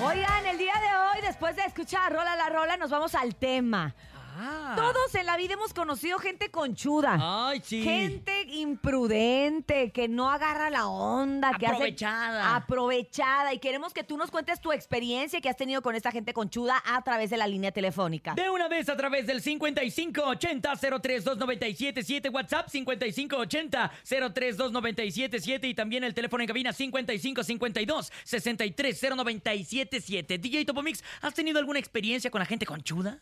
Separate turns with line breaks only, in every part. Oigan, el día de hoy, después de escuchar Rola la Rola, nos vamos al tema.
Ah.
Todos en la vida hemos conocido gente conchuda.
Ay, sí.
Gente imprudente, que no agarra la onda, que hace-
Aprovechada.
aprovechada. Y queremos que tú nos cuentes tu experiencia que has tenido con esta gente conchuda a través de la línea telefónica.
De una vez a través del 5580-032977, WhatsApp 5580-032977 y también el teléfono en cabina 5552-630977. DJ Topomix, ¿has tenido alguna experiencia con la gente conchuda?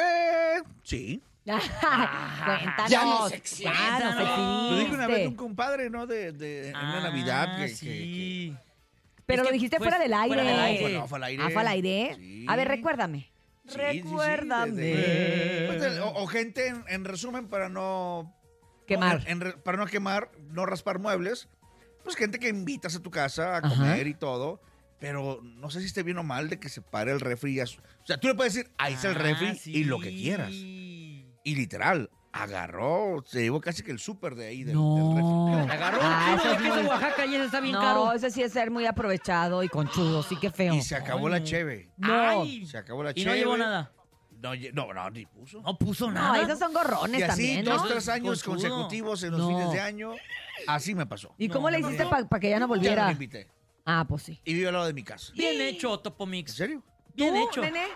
Eh, sí.
cuéntanos.
Ya nos exhibiste.
ya nos
Lo
Lo dijo una vez
exhibiste.
un compadre, ¿no? De, de- en una
Ah,
Navidad. Que, que- que-
sí.
Pero
Es
lo
que
dijiste
fue-
fuera del aire.
fuera del
No,
aire.
fue, no, fue al aire.
Ah, fue al aire.
Sí.
A ver, recuérdame.
Sí, sí, sí, desde- pues, el- o, o gente, en, en resumen, para no...
Quemar.
en- en re- para no quemar, no raspar muebles. Pues gente que invitas a tu casa a
Ajá.
comer y todo. Pero no sé si esté bien o mal de que se pare el refri. y a su- o sea, tú le puedes decir, ahí está el refri
Ah,
y lo que
sí.
quieras. Y literal, agarró, se llevó casi que el súper de ahí del, del refri.
No.
Agarró
Ah,
Uno
eso
de
es
queso
muy-
Oaxaca y ese está bien
no,
caro.
ese sí es ser muy aprovechado y conchudo, sí que feo.
y se acabó la cheve.
No.
Ay.
Se acabó la
Y
cheve.
no llevó nada.
No, lle- no, no, ni puso.
No puso
No,
nada.
esos son gorrones
y así,
también, ¿no?
dos, tres años
Conchudo.
consecutivos en los
No.
fines de año. Así me pasó.
¿Y
No,
cómo le
no,
hiciste
no.
para que ya no
Ya no
volviera?
la invité.
ah, pues sí.
Y vive al lado de mi casa.
Bien hecho, Topo
¿En
Mix.
serio?
Bien
¿Tú,
hecho.
nene?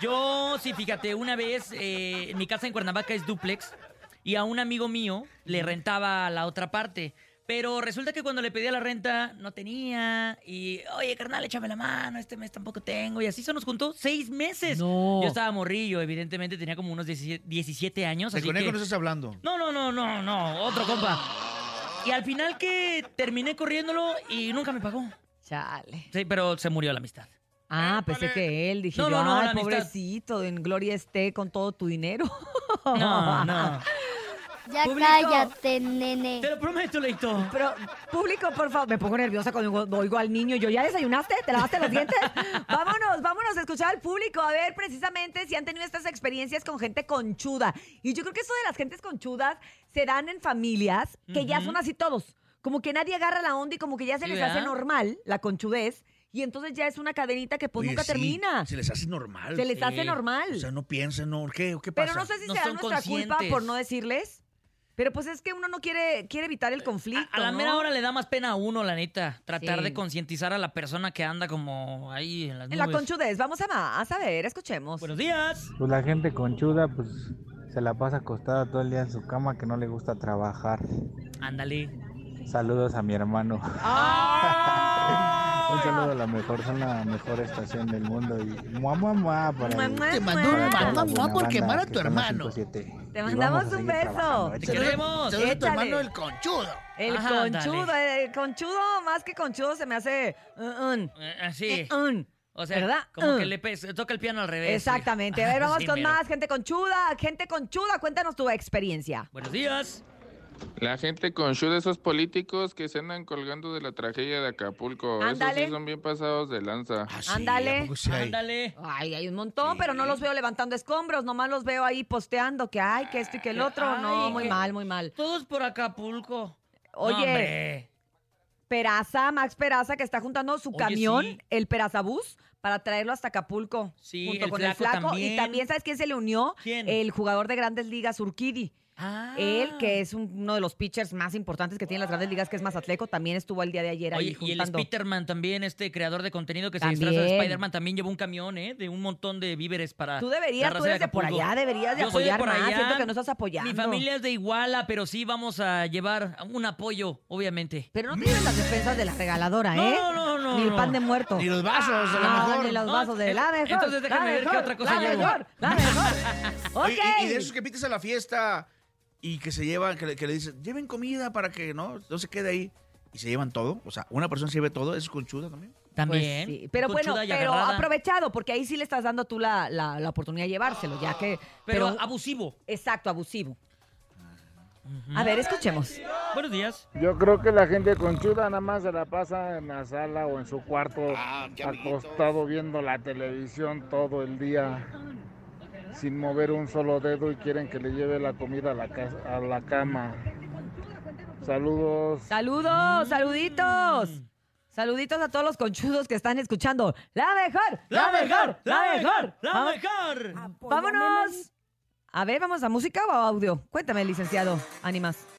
Yo, sí, fíjate, una vez eh, mi casa en Cuernavaca es duplex y a un amigo mío le rentaba la otra parte. Pero resulta que cuando le pedía la renta no tenía y, oye, carnal, échame la mano, este mes tampoco tengo. Y así se nos juntó seis meses.
No.
Yo estaba morrillo, evidentemente tenía como unos 17 17 años.
¿Se
así
conecta
que-
con eso estás hablando?
No, no, no, no, no, otro compa. Y al final que terminé corriéndolo y nunca me pagó.
Chale.
Sí, pero se murió la amistad.
Ah, pensé que él. Dije,
No,
yo,
no, no,
ay,
la amistad.
pobrecito, en gloria esté con todo tu dinero.
No, no.
Ya
Público.
cállate, nene.
Te lo prometo, Leito.
Pero, público, por favor, me pongo nerviosa cuando oigo al niño. Yo, ¿ya desayunaste? ¿Te lavaste los dientes? vámonos, vámonos a escuchar al público. A ver, precisamente, si han tenido estas experiencias con gente conchuda. Y yo creo que eso de las gentes conchudas se dan en familias que ya
Ujú.
son así todos. Como que nadie agarra la onda y como que ya se
Sí,
les
¿verdad?
hace normal la conchudez. Y entonces ya es una cadenita que pues
Oye,
nunca
sí,
termina.
Se les hace normal.
Se les
Sí.
hace normal.
O sea, no piensen, ¿no? ¿Qué, ¿Qué pasa?
Pero no sé si
No
será
son
nuestra culpa por
conscientes.
no decirles. Pero pues es que uno no quiere, quiere evitar el conflicto.
A, a la
¿no?
mera hora le da más pena a uno, la neta, tratar
Sí.
de concientizar a la persona que anda como ahí en las
En la
nubes.
conchudez, vamos a más. A ver, escuchemos.
Buenos días.
Pues la gente conchuda, pues se la pasa acostada todo el día en su cama que no le gusta trabajar.
Ándale.
Saludos a mi hermano.
Ah,
Un saludo a la mejor, son la mejor estación del mundo. Y mua, mua, mua para
Mua,
el-
mua,
para
mua.
mandó un
toda
mua,
la
mua,
buena
por
banda
quemar a
que
tu
son las
hermano.
5-7.
Te
Y vamos
mandamos
a
un
seguir
beso.
trabajando.
Te
Échale.
queremos.
Saludos a tu
Échale.
hermano el conchudo.
El
ah, Ajá,
conchudo, el conchudo, más que conchudo, se me hace. uh, un,
Eh, Así.
eh, un.
O sea,
¿verdad?
como
Mm.
que le pe- se toca el piano al revés.
Exactamente. A ver, vamos
Sí,
con
mero.
más. Gente conchuda, gente conchuda, cuéntanos tu experiencia.
Buenos días.
La gente con show de esos políticos que se andan colgando de la tragedia de Acapulco. Esos
Ándale.
sí son bien pasados de lanza.
Ah, sí,
Ándale.
¿a poco sí hay?
Ándale.
Ay, hay un montón,
Sí.
pero no los veo levantando escombros, nomás los veo ahí posteando que ay, que esto y que el otro. no,
Ay,
muy
que-
mal, muy mal.
Todos por Acapulco.
Oye,
Hombre.
Peraza, Max Peraza, que está juntando su
Oye,
camión,
sí.
el Perazabús, para traerlo hasta Acapulco.
Sí,
junto
el
con el
Flaco
flaco. Y
también.
también, ¿sabes quién se le unió?
¿Quién?
El jugador de Grandes Ligas, Urquidi.
Ah.
Él, que es un- uno de los pitchers más importantes que tiene las grandes ligas, que es Mazatleco, también estuvo el día de ayer ahí
Oye, y el
juntando.
Spiderman también, este creador de contenido que se
También.
disfraza de Spider-Man, también llevó un camión, ¿eh? De un montón de víveres para.
Tú deberías,
la
tú
raza
eres de por
Acapulco.
allá, deberías de
Yo soy de
apoyar
por
más.
allá.
Siento que no estás apoyando.
Mi familia es de Iguala, pero sí vamos a llevar un apoyo, obviamente.
Pero no tienes las defensas de la regaladora,
No,
¿eh?
no, no,
Ni el
no.
pan de muerto.
Ni los vasos, a lo
No,
mejor.
ni los
No,
vasos de la
en-
mejor.
Ah, eh, entonces
la
déjame ver qué
mejor,
otra cosa
la
llevo.
mejor, la mejor.
Oye,
Ok.
Y, y de esos que invitas a la fiesta y que se llevan, que le, que le dicen, lleven comida para que no, no se quede ahí. Y se llevan todo. O sea, una persona se lleve todo, eso es conchuda también.
Pues
También.
sí, Pero bueno,
conchuda y
pero
agarrada.
aprovechado, porque ahí sí le estás dando tú la, la- la oportunidad de llevárselo, ya que.
Pero abusivo.
exacto, abusivo. A ver, escuchemos.
Buenos días.
Yo creo que la gente conchuda nada más se la pasa en la sala o en su cuarto, acostado viendo la televisión todo el día, sin mover un solo dedo y quieren que le lleve la comida a la, casa- a la cama. Saludos.
Mm.
Saludos, saluditos. Saluditos a todos los conchudos que están escuchando. La mejor, la, mejor, la Ah. mejor.
la
Vamos-
mejor.
Vámonos. A ver, vamos a música o a audio. Cuéntame, licenciado. Ánimas.